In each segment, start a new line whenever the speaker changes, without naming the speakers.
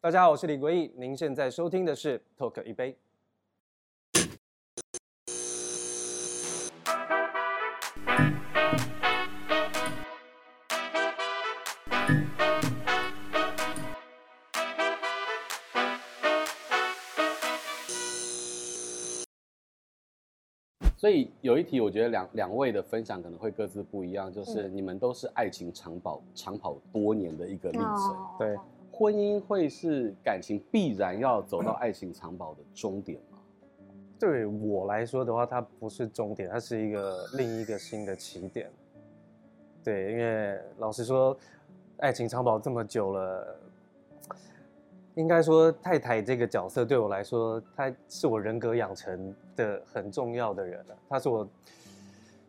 大家好，我是李国义，您现在收听的是 Talk 一杯。
所以有一题，我觉得两两位的分享可能会各自不一样，就是你们都是爱情长跑长跑多年的一个历程，
哦
对
婚姻会是感情必然要走到爱情长跑的终点 吗？
对我来说的话，它不是终点，它是一个另一个新的起点。对，因为老实说，爱情长跑这么久了，应该说太太这个角色对我来说，她是我人格养成的很重要的人了。她是我，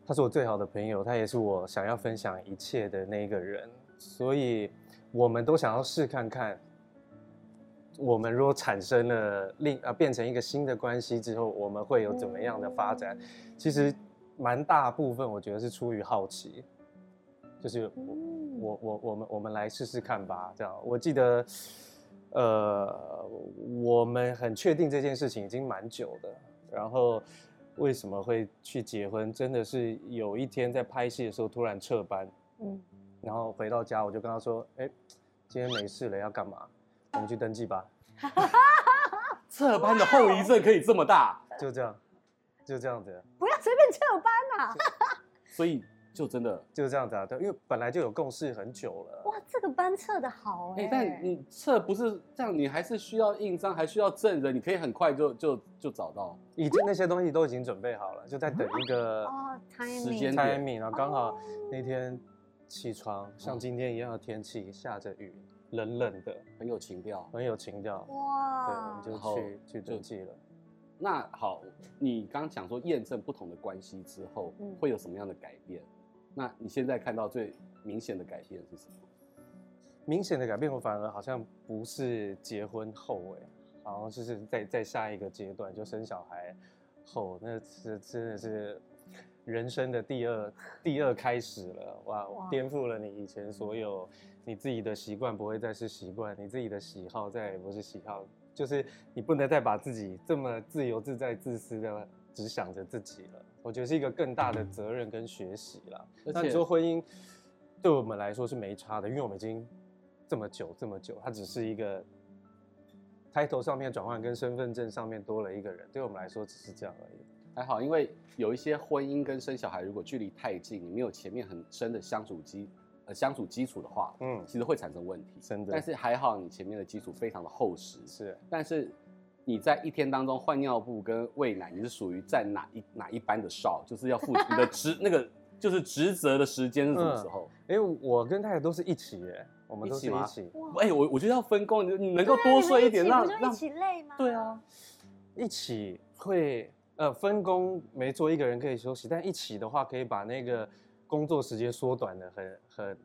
她是我最好的朋友，她也是我想要分享一切的那一个人。所以，我们都想要试看看，我们如果产生了另呃变成一个新的关系之后，我们会有怎么样的发展？其实蛮大部分我觉得是出于好奇，就是我
嗯
我我我们我们来试试看吧，这样。我记得，呃，我们很确定这件事情已经蛮久的，然后为什么会去结婚？真的是有一天在拍戏的时候突然撤班，
嗯，
然后回到家我就跟他说，哎，今天没事了，要干嘛？我们去登记吧。
这班的后遗症可以这么大，
就这样，就这样子，
不要随便撤班呐、
所以就真的，
就这样子啊，对，因为本来就有共识很久了。
哇，这个班撤的好哎、
哎、但你这不是这样，你还是需要印章，还需要证人，你可以很快就就就找到。
已经那些东西都已经准备好了，就在等一个
哦，timing，哦
时间点
timing，然后刚好那天起床，像今天一样的天气，下着雨，冷冷的，
很有情调。
很有情调，对，我
哇
们，就
然后
去去登
就
记了。
那好，你刚讲说验证不同的关系之后
嗯，
会有什么样的改变？那你现在看到最明显的改变是什么？
明显的改变，我反而好像不是结婚后哎、好像就是在在下一个阶段就生小孩后，那是真的是人生的第二第二开始了哇！
哇
颠覆了你以前所有你自己的习惯，不会再是习惯，你自己的喜好再也不是喜好，就是你不能再把自己这么自由自在、自私的只想着自己了。我觉得是一个更大的责任跟学习啦。
而
那你
且
说婚姻对我们来说是没差的，因为我们已经这么久这么久，它只是一个 title 上面转换跟身份证上面多了一个人，对我们来说只是这样而已。
还好，因为有一些婚姻跟生小孩，如果距离太近，你没有前面很深的相处基呃相处基础的话，
嗯，
其实会产生问题。
真的
但是还好，你前面的基础非常的厚实。
是
但是你在一天当中换尿布跟喂奶，你是属于占哪一哪一班的哨？就是要负你的职 那个就是职责的时间是什
嗯
么时候？
因为我跟太太都是一起耶，我们都是
一起
一
吗
起
哇，
哎、我我觉得要分工，你你能够
对啊
多睡一点，
你们
让
一起不就
让
一起累吗？
对啊，
一起会呃分工，没做一个人可以休息，但一起的话可以把那个工作时间缩短的很很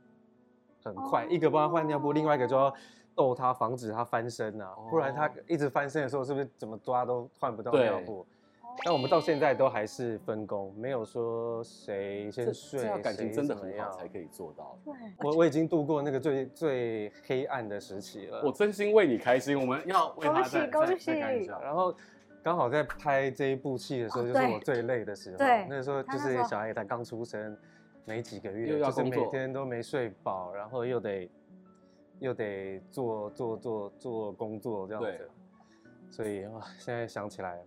很快，
哦
一个帮他换尿布，另外一个就要逗他，防止他翻身啊，不然他
哦
一直翻身的时候，是不是怎么抓都换不到
对
尿布？
哦
但我们到现在都还是分工，没有说谁
这
先睡
这，要感情
谁
真的
怎么
很好
样
才可以做到。
对，
我我已经度过那个最最黑暗的时期了。
我真心为你开心，我们要为他
恭喜
再
恭
再
喜
再干一下。
然后刚好在拍这一部戏的时候，就
哦
是
对
我最累的时候。
对
那时候
他
就
那时
是
候
小孩也才刚出生，没几个
又
月，
要
就是
工作
每天都没睡饱，然后又得又得做做做做工作这样
对
子。所以哇，现在想起来，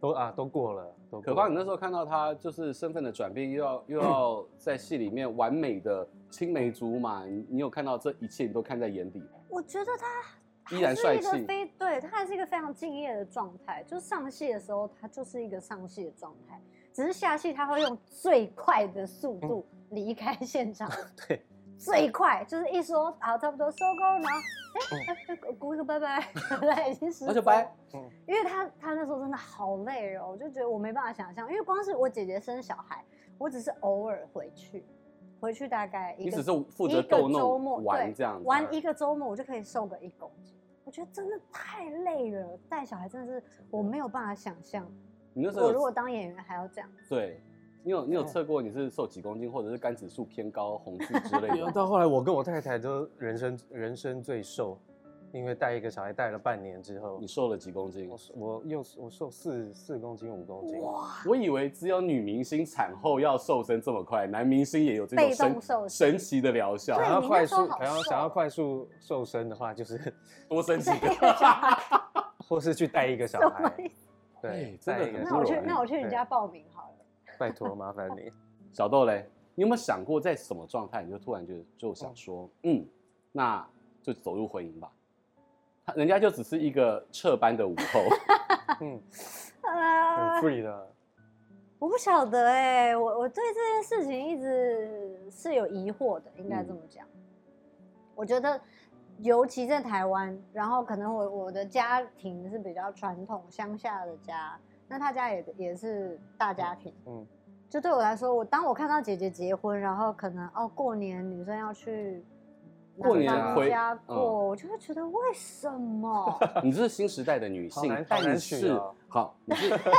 都啊都过了，都
可
过
芳，你
了。
那时候看到他就是身份的转变，又要 又要在戏里面完美的青梅竹马，你你有看到这一切，你都看在眼里。
我觉得他还
依然
是
帅
一个
气
非对他还是一个非常敬业的状态。就上戏的时候，他就是一个上戏的状态，只是下戏他会用最快的速
嗯
度离开现场，
对，
最快就是一说啊，差不多收工，然后
哦
哎哎哎，鼓一个 拜拜，来已经十，
那就掰。
因为他他那时候真的好累哦，我就觉得我没办法想象，因为光是我姐姐生小孩，我只是偶尔回去，回去大概一
你
个
只是负
一
责
个
逗
周末
弄玩
对
这样子，啊
玩一个周末，我就可以瘦个一公斤。我觉得真的太累了，带小孩真的是我没有办法想象，
你那时候
我如
有
果当演员还要这样，
对，你有你有
对
测过你是瘦几公斤，或者是肝指数偏高、红字之类的吗？
到后来，我跟我太太都人生人生最瘦，因为带一个小孩带了半年之后
你，瘦了几公斤
我？我又我瘦四四公斤五公斤，
哇，
我以为只有女明星产后要瘦身这么快，男明星也有这种
被动
神
瘦身
神奇的疗效
对，
想要
你那
快
时候
速
好
想要
瘦哦
想要快速瘦身的话，就是
多神奇！
或是去带一个小
什么
孩，
意思？
对，
哎真的
带一
很
个
那我
不
小
去
容
孩
易
那我去人家报名好了。
拜托麻烦 你，
小豆嘞，你有没有想过在什么状态你就突然就就想说，嗯，那就走入婚姻吧？他人家就只是一个撤班的午后，
嗯，很
呃，
free 的，
我不晓得哎、我我对这件事情一直是有疑惑的，应
嗯
该这么讲。我觉得，尤其在台湾，然后可能我我的家庭是比较传统乡下的家，那他家也也是大家庭，
嗯
就对我来说，我当我看到姐姐结婚，然后可能哦过年女生要去
过年
男方
回
家过，
嗯
我就会觉得为什么？
你 这是新时代的女
好
性
难，好
但
难
是
娶哦
好，你是
你看，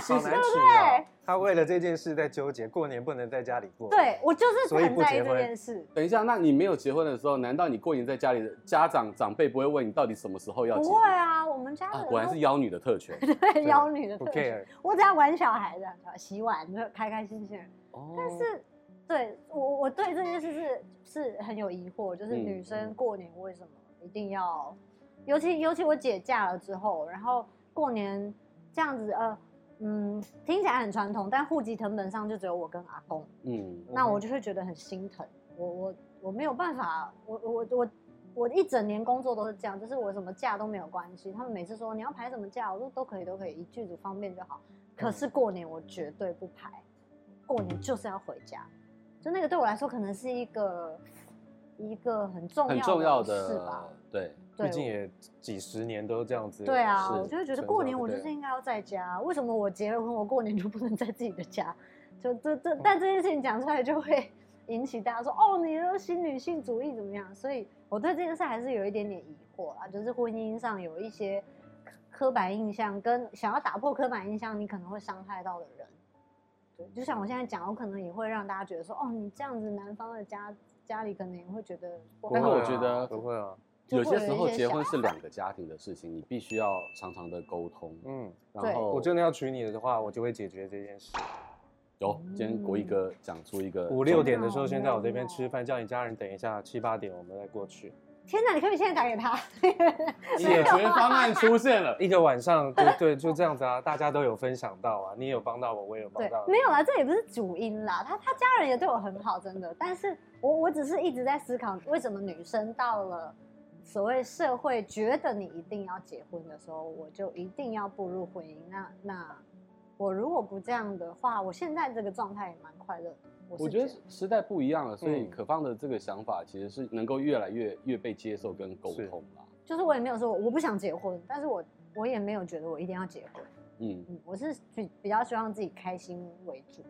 好难娶啊！他为了这件事在纠结，过年不能在家里过，
对我就是
所以
很
不
在意
结
这
婚
件事。
等一下，那你没有结婚的时候，难道你过年在家里的家长长辈不会问你到底什么时候要结
不
婚？
会啊，我们家
啊
人
果然是妖女的特 权。
对妖女的
不
特
care，
权。我只要玩小孩的，洗碗就开开心心的。
哦，
但是，对我我对这件事是是很有疑惑，就是
嗯
女生过年为什么一定要，尤其尤其我姐嫁了之后，然后过年这样子，呃，嗯，听起来很传统，但户籍成本上就只有我跟阿公。
嗯，
那我就会觉得很心疼。我我我没有办法，我我我我一整年工作都是这样，就是我什么假都没有关系。他们每次说你要排什么假，我说都可以都可以，一句子方便就好。可
嗯
是过年我绝对不排，过年就是要回家，就那个对我来说可能是一个一个很重要
很重要
事吧
的。，对，
嗯毕竟
对
也几十年都这样子，
对啊，
是
我就会觉得
存
过
在
年
不
我就
对
是应该要在家，为什么我结了婚，我过年就不能在自己的家？就这这，但这件事情讲出来就会 引起大家说，哦，你的新女性主义怎么样？所以我对这件事还是有一点点疑惑啦，就是婚姻上有一些刻刻板印象，跟想要打破刻板印象，你可能会伤害到的人。对，就像我现在讲，我可能也会让大家觉得说，哦，你这样子，男方的家家里可能也会觉得不好啊。
但是我觉得
不会啊，
就
有
会
些
有
时
一
候
些
结婚
想
是两个家庭的事情，你必须要常常的沟通。
嗯，
对
然后
我真的要娶你的话，我就会解决这件事。
有今天国一哥讲出一个
五六点的时候，
哦真
先
的
在
好
我这边
妙
吃饭，叫你家人等一下，七八点我们再过去。
天哪，你可不可以现在打给他？
解决方案出现了。
一个晚上，对对，就这样子啊，大家都有分享到啊，你也有帮到我，我也有帮
对
到，你。
没有啦，这也不是主因啦，他他家人也对我很好，真的。但是我我只是一直在思考，为什么女生到了所谓社会觉得你一定要结婚的时候，我就一定要步入婚姻？那那我如果不这样的话，我现在这个状态也蛮快乐的。 我
我
是
觉
觉
得时代不一样了，所以
嗯
可芳的这个想法其实是能够越来越越被接受跟沟
是
通啦。
就是我也没有说我不想结婚，但是我我也没有觉得我一定要结婚。
嗯，
嗯，我是比比较希望自己开心为主，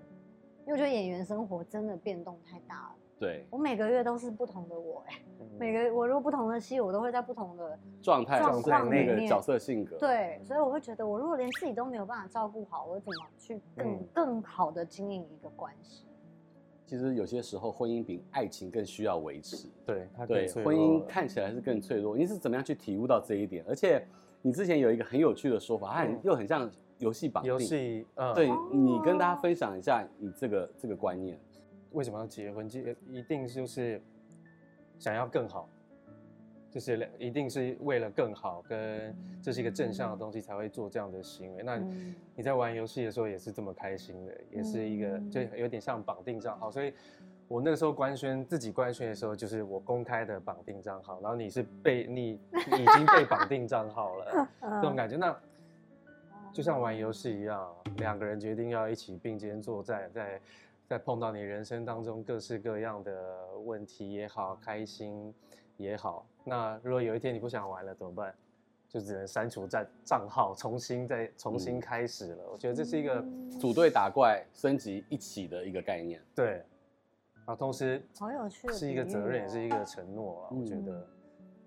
因为我觉得演员生活真的变动太大了。
对，
我每个月都是不同的我、哎。每
嗯
个我如果不同的戏，我都会在不同的
状态
状
况
那
里
个
面
角色性格，，
对，所以我会觉得，我如果连自己都没有办法照顾好，我怎么去更、
嗯
更好的经营一个关系？
其实有些时候婚姻比爱情更需要维持。
对，他
对，婚姻看起来是更脆弱。你是怎么样去体悟到这一点？而且你之前有一个很有趣的说法，它很
嗯
又很像游戏绑定。
游戏，嗯，
对
哦
你跟大家分享一下你这个这个观念。
为什么要结婚？结一定就是想要更好，就是两一定是为了更好，跟这是一个正向的东西才会做这样的行为。那
嗯
你在玩游戏的时候也是这么开心的，也是一个
嗯
就有点像绑定账号，所以。我那个时候官宣自己官宣的时候，就是我公开的绑定账号，然后你是被你你已经被绑定账号了，
嗯
这种感觉。那就像玩游戏一样，
哦
两个人决定要一起并肩作战，在在碰到你人生当中各式各样的问题也好，开心也好，那如果有一天你不想玩了怎么办？就只能删除账账号，重新再重
嗯
新开始了。我觉得这是一个
组队打怪升级一起的一个概念。
对，然后同时
好有趣的
是一个
比喻
责任，也
哦
是一个承诺了。我觉
嗯
得，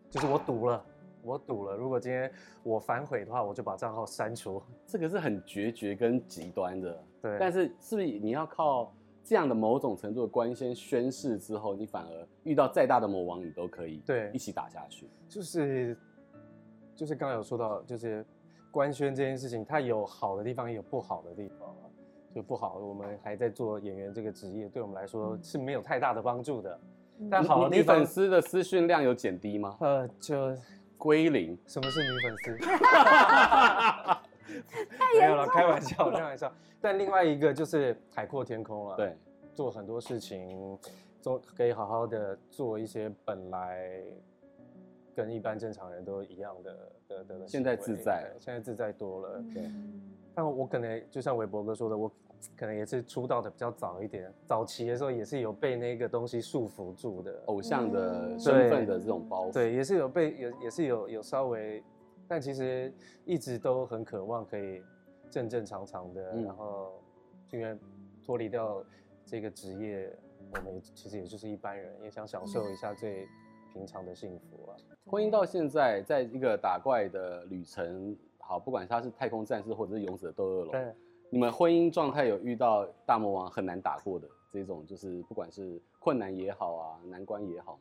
就是我赌了，我赌了。如果今天我反悔的话，我就把账号删除。
这个是很决绝跟极端的，
对，
但是是不是你要靠这样的某种程度的官先宣誓之后，你反而遇到再大的魔王，你都可以
对
一起打下去。
就是就是刚刚有说到，就是官宣这件事情，它有好的地方，也有不好的地方啊。就不好，我们还在做演员这个职业，对我们来说是没有太大的帮助的。
嗯
但
你
好的
你
地
你
方
粉丝的私讯量有减低吗？
呃，就
归零。
什么是女粉丝？
太
没
严
有
重
了，开玩笑，开玩笑。但另外一个就是海阔天空了，，
对，
做很多事情，做可以好好的做一些本来跟一般正常人都一样的的的的行为。
现在自在了
对现在自在多了。
嗯
对
但我可能就像韦伯哥说的，我可能也是出道的比较早一点，早期的时候也是有被那个东西束缚住的。
偶像的
嗯
身份的这种包袱。
对，也是有被也也是有有稍微，但其实一直都很渴望可以正正常常的，
嗯
然后因为脱离掉这个职业，我们也其实也就是一般人，也想享受一下最平常的幸福啊。
婚姻到现在，在一个打怪的旅程，好，不管他是太空战士或者是勇者斗恶龙，
对，
你们婚姻状态有遇到大魔王很难打过的这种，就是不管是困难也好啊，难关也好，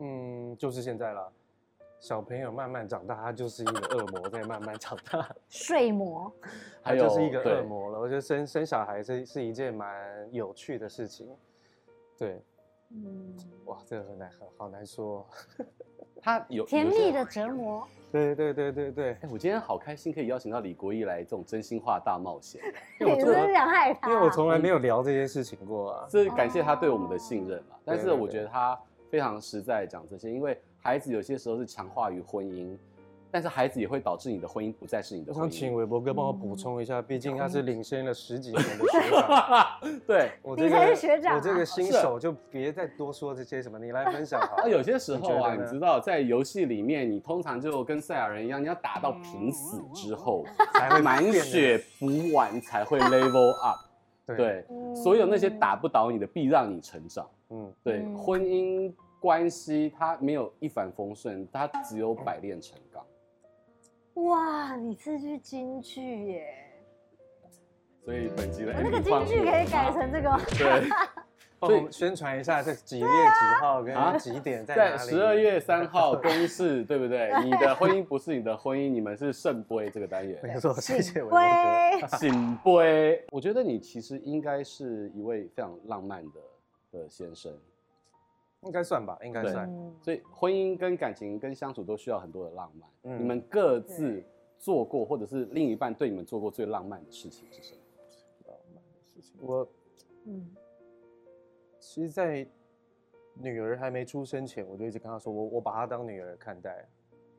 嗯，就是现在了。小朋友慢慢长大，他就是一个恶魔在慢慢长大，
睡魔，
他
还有
就是一个
对
恶魔了。我觉得生生小孩是是一件蛮有趣的事情，对，
嗯，
哇，这个很难，很好难说哦、
他有
甜
有些
蜜的折磨，
对对对对对，
哎、我今天好开心，可以邀请到李国毅来这种真心话大冒险。因
你
为我
是不是想害他
因
啊？
为我从来没有聊这些事情过啊。
这感谢他对我们的信任嘛。但是
对对
我觉得他非常实在地讲这些，因为孩子有些时候是强化于婚姻，但是孩子也会导致你的婚姻不再是你
我
的
想
婚
请
姻。
韦伯哥帮我
嗯
补充一下，毕竟他是领先了十几年的学 长。
对，
我
你
这
才
个
是学长啊
我这个新手就别再多说这些什么，你来分享好
啊，
了。
有些时候啊，
你觉得呢
你知道，在游戏里面，你通常就跟赛亚人一样，你要打到平死之后，
才会
满
变得
血补完才 会 level up。
对，
对，
嗯
所有那些打不倒你的，必让你成长。
嗯，
对，
嗯
婚姻关系它没有一帆风顺，它只有百炼成钢。
哇，你是句京剧耶！
所以本集的
我那个京剧可以改 成这个吗，
对，
帮我们宣传一下这几月几号跟
啊
几点在哪
在
里？
十二月三 号公示，对不 对？你的婚姻不是你的婚姻，你们是圣杯这个单元。
没错，谢谢
醒
韦伯哥。
龟
醒杯，我觉得你其实应该是一位非常浪漫的的先生，
应该算吧，应该
对
算。
嗯
所以婚姻跟感情跟相处都需要很多的浪漫。
嗯
你们各自做过，或者是另一半对你们做过最浪漫的事情是什么？
我
嗯，
其实，在女儿还没出生前，我就一直跟她说，我我把她当女儿看待。对啊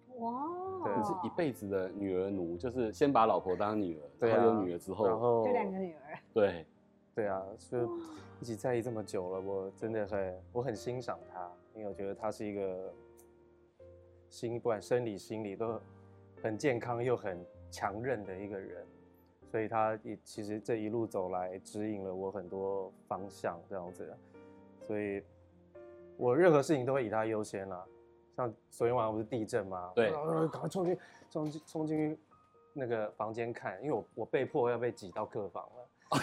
你是
哇，哦
一辈子的女儿奴，就是先把老婆当女儿，
对啊
然后有女儿之
然
后，
后
就两个女儿，
对，
对啊，就
哇
一起在一起这么久了，我真的很我很欣赏他，因为我觉得他是一个心不管生理心理都很健康又很强韧的一个人，所以他也其实这一路走来指引了我很多方向这样子，所以我任何事情都会以他优先啦、像昨天晚上不是地震吗？
对
我呃赶快冲进冲进冲进去那个房间看，因为我我被迫要被挤到客房了，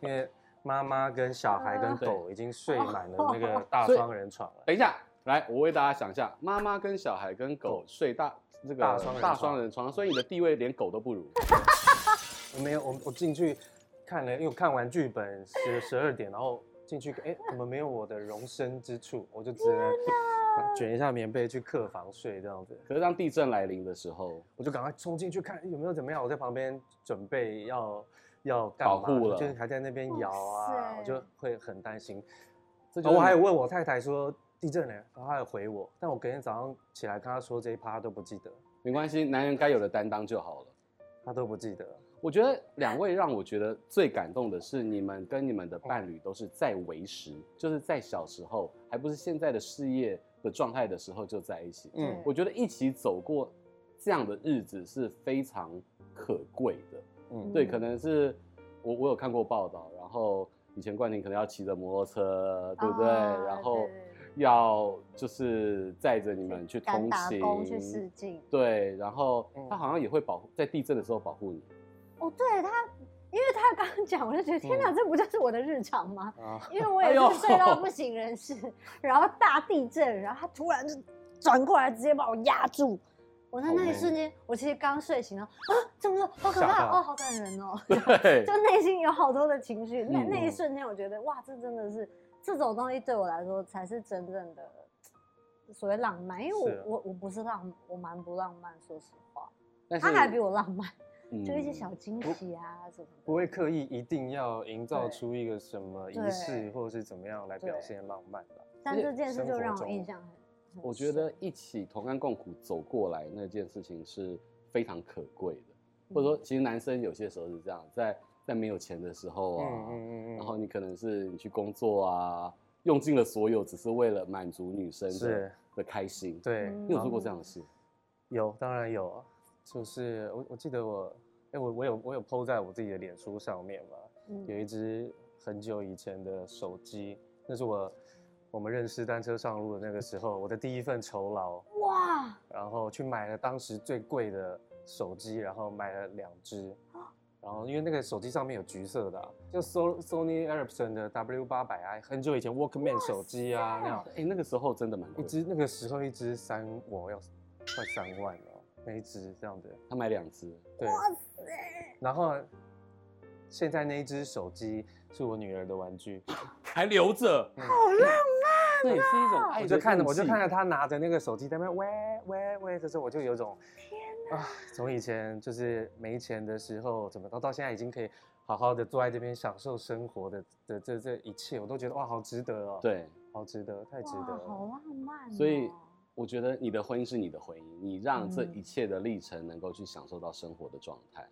因为妈妈跟小孩
啊
跟狗已经睡满了那
哦
个大双人床了。
等一下，来，我为大家想一下，妈妈跟小孩跟狗睡大这个
大双人
大
床嗯
双人床，所以你的地位连狗都不如。
我没有，我我进去看了，因为我看完剧本十十二点，然后进去，哎、怎么没有我的容身之处？我就只能卷一下棉被去客房睡这样子。
可是当地震来临的时候，
我就赶快冲进去看有没有怎么样。我在旁边准备要要干嘛
保护了
就是还在那边摇
哇
啊
塞，
我就会很担心。
这
然
就
后哦
是
我还有问我太太说地震呢，然后她有回我，但我隔天早上起来跟她说这一趴她都不记得，
没关系，男人该有的担当就好了。
她都不记得。
我觉得两位让我觉得最感动的是，你们跟你们的伴侣都是在为时，就是在小时候，还不是现在的事业的状态的时候就在一起。
嗯
对
我觉得一起走过这样的日子是非常可贵的。
嗯
对，可能是我我有看过报道，然后以前冠廷可能要骑着摩托车，对不对？
啊
然后
对对对
要就是载着你们去
赶
通
打工去试
勤，
镜。
对，然后
嗯
他好像也会保护在地震的时候保护你，
哦，对他，因为他刚刚讲，我就觉得天哪，
嗯
这不就是我的日常吗？
啊，
因为我也
哎呦
是睡到不省人事，然后大地震，然后他突然就转过来，直接把我压住。我在那一瞬间，我其实刚睡醒，然后啊，怎么了？好可
吓
怕
到
哦，好感人哦，
对
就内心有好多的情绪。那
嗯
那一瞬间，我觉得哇，这真的是这种东西对我来说才是真正的所谓浪漫，因为
是啊
我我我不是浪，我蛮不浪漫，说实话。
但是
他还比我浪漫，就一些
嗯
小惊喜啊什么的。
不会刻意一定要营造
对
出一个什么仪
对
式或者是怎么样来表
对
现浪漫吧。
但这件事
生
就
活
让我
中
印象很。很
我觉得一起同甘共苦走过来那件事情是非常可贵
嗯
的，或者说，其实男生有些时候是这样，在在没有钱的时候啊，
嗯
然后你可能是你去工作啊，用尽了所有，只是为了满足女生的
是
的开心。，
对，
嗯
你有做过这样的事？
有当然有啊，就是我我记得我，哎、我我有我有 PO 在我自己的脸书上面嘛，
嗯
有一只很久以前的手机，那是我我们认识单车上路的那个时候，我的第一份酬劳，
哇，
然后去买了当时最贵的手机，然后买了两只，然后因为那个手机上面有橘色的啊、就 So- Sony Ericsson 的 W 八百 i，很久以前 Walkman 手机啊那样，
哎、那个时候真的蛮
一
贵的，
只那个时候一只三，我要快三万了，那一只这样子，
他买两只，
对，然后啊现在那一只手机是我女儿的玩具，
还留着，
嗯
那也是一种
啊
爱
我
的
就看着，
印
我就
记
看着她拿着那个手机在那边喂喂喂的时候，我就有种天啊，从以前就是没钱的时候，怎么到到现在已经可以好好的坐在这边享受生活的的这这一切，我都觉得哇，好值得哦，，
对。
好值得，太值
哇，
得
好
了，
浪漫、哦。
所以我觉得你的婚姻是你的婚姻，你让这
嗯
一切的历程能够去享受到生活的状态。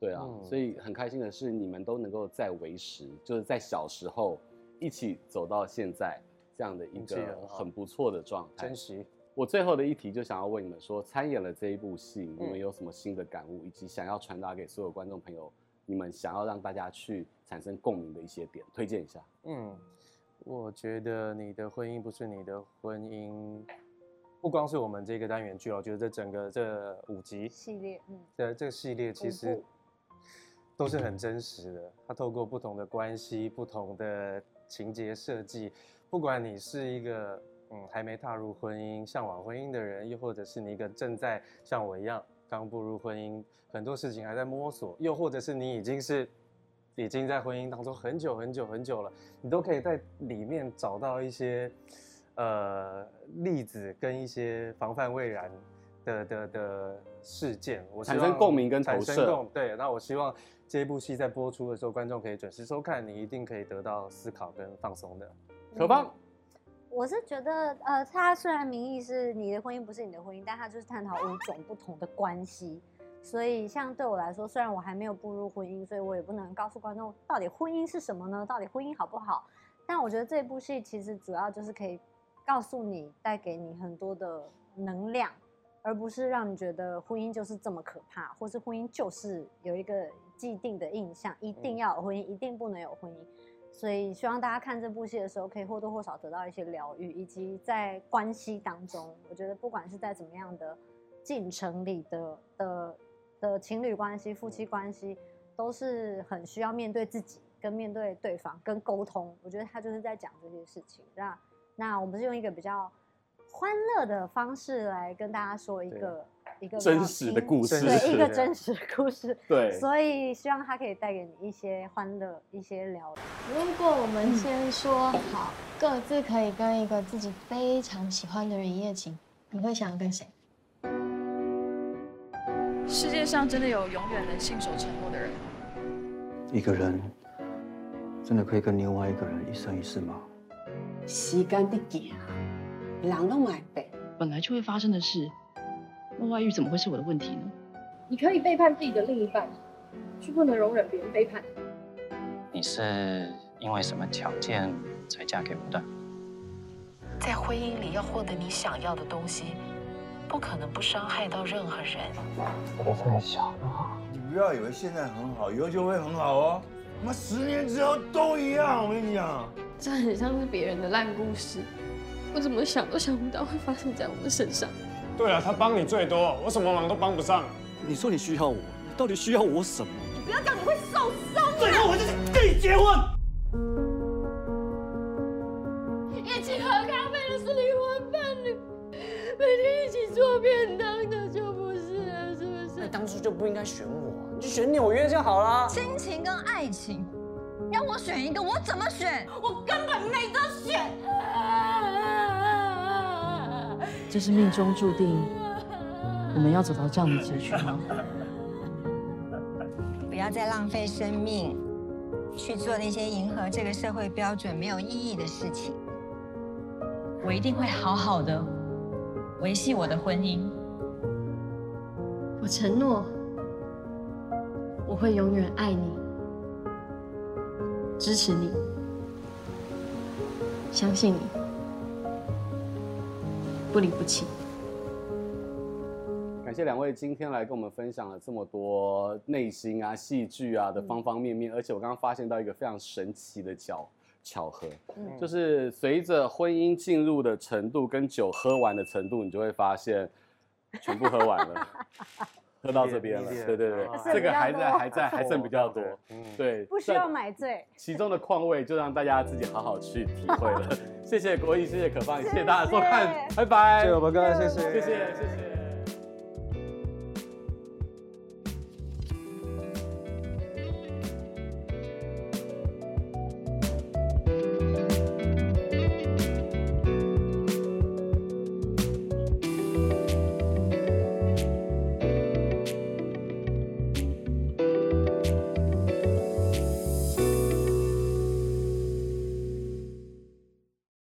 对啊，
嗯
所以很开心的是，你们都能够在为时，就是在小时候一起走到现在这样的一
运气
个
很好
很不错的状态
珍。惜。
我最后的一题就想要问你们说，参演了这一部戏，你们
嗯
有什么新的感悟，以及想要传达给所有观众朋友，你们想要让大家去产生共鸣的一些点，推荐一下。
嗯，我觉得你的婚姻不是你的婚姻，不光是我们这个单元剧哦，我觉得这整个这五集
系列，嗯，
的这个系列其
五
实
部
都是很真实的。它透过不同的关系、不同的情节设计，不管你是一个嗯还没踏入婚姻、向往婚姻的人，又或者是你一个正在像我一样刚步入婚姻，很多事情还在摸索，又或者是你已经是已经在婚姻当中很久很久很久了，你都可以在里面找到一些呃例子跟一些防范未然的的的事件。我希望
产生共鸣跟投
产
射
生共对。那我希望这部戏在播出的时候，观众可以准时收看，你一定可以得到思考跟放松的。
嗯
可芳，
我是觉得，呃，它虽然名义是你的婚姻不是你的婚姻，但它就是探讨五种不同的关系。所以，像对我来说，虽然我还没有步入婚姻，所以我也不能告诉观众到底婚姻是什么呢？到底婚姻好不好？但我觉得这部戏其实主要就是可以告诉你，带给你很多的能量，而不是让你觉得婚姻就是这么可怕，或是婚姻就是有一个既定的印象，一定要有婚姻，一定不能有婚姻。所以希望大家看这部戏的时候，可以或多或少得到一些疗愈，以及在关系当中，我觉得不管是在怎么样的进程里的的的情侣关系、夫妻关系，都是很需要面对自己、跟面对对方、跟沟通。我觉得他就是在讲这些事情。那那我们是用一个比较欢乐的方式来跟大家说一个一个比较
真实的
平
故
真
事，
对一个
的
真实的故事。
对，
所以希望它可以带给你一些欢乐、一些疗愈。
如果我们先说好，各自可以跟一个自己非常喜欢的人一夜情，你会想要跟谁？
世界上真的有永远能信守承诺的人吗？
一个人真的可以跟另外一个人一生一世吗？
时间的行，人都会变。
本来就会发生的事，那外遇怎么会是我的问题呢？
你可以背叛自己的另一半，却不能容忍别人背叛。
你是因为什么条件才嫁给我的？
在婚姻里要获得你想要的东西，不可能不伤害到任何人。
我在想，
你不要以为现在很好，以后就会很好哦。我们十年之后都一样，我跟你讲。
这很像是别人的烂故事，我怎么想都想不到会发生在我们身上。
你说你需要我，到底需要我什么？
你不要这样，你会受伤的。
最后我就是跟你结婚。
一起喝咖啡的是灵魂伴侣，每天一起做便当的就不是了，是不是？
当初就不应该选我，你就选纽约就好啦。
亲情跟爱情，要我选一个，我怎么选？我根本没得选。
这是命中注定，我们要走到这样的结局吗？
不要再浪费生命去做那些迎合这个社会标准没有意义的事情。
我一定会好好的维系我的婚姻。
我承诺，我会永远爱你，支持你，相信你，不离不弃。
感谢两位今天来跟我们分享了这么多内心啊、戏剧啊的方方面面，而且我刚刚发现到一个非常神奇的巧巧合，
嗯
就是随着婚姻进入的程度跟酒喝完的程度，你就会发现全部喝完了，喝到这边了，
一点
对对对
还，
剩
这个还
比较
在
多
还在还剩比较多，
嗯
对，
不需要买醉。
其中的况味就让大家自己好好去体会了。谢谢国义，谢谢可芳，也谢谢大家的收看，拜拜，谢谢我们哥，谢谢，谢谢，谢谢。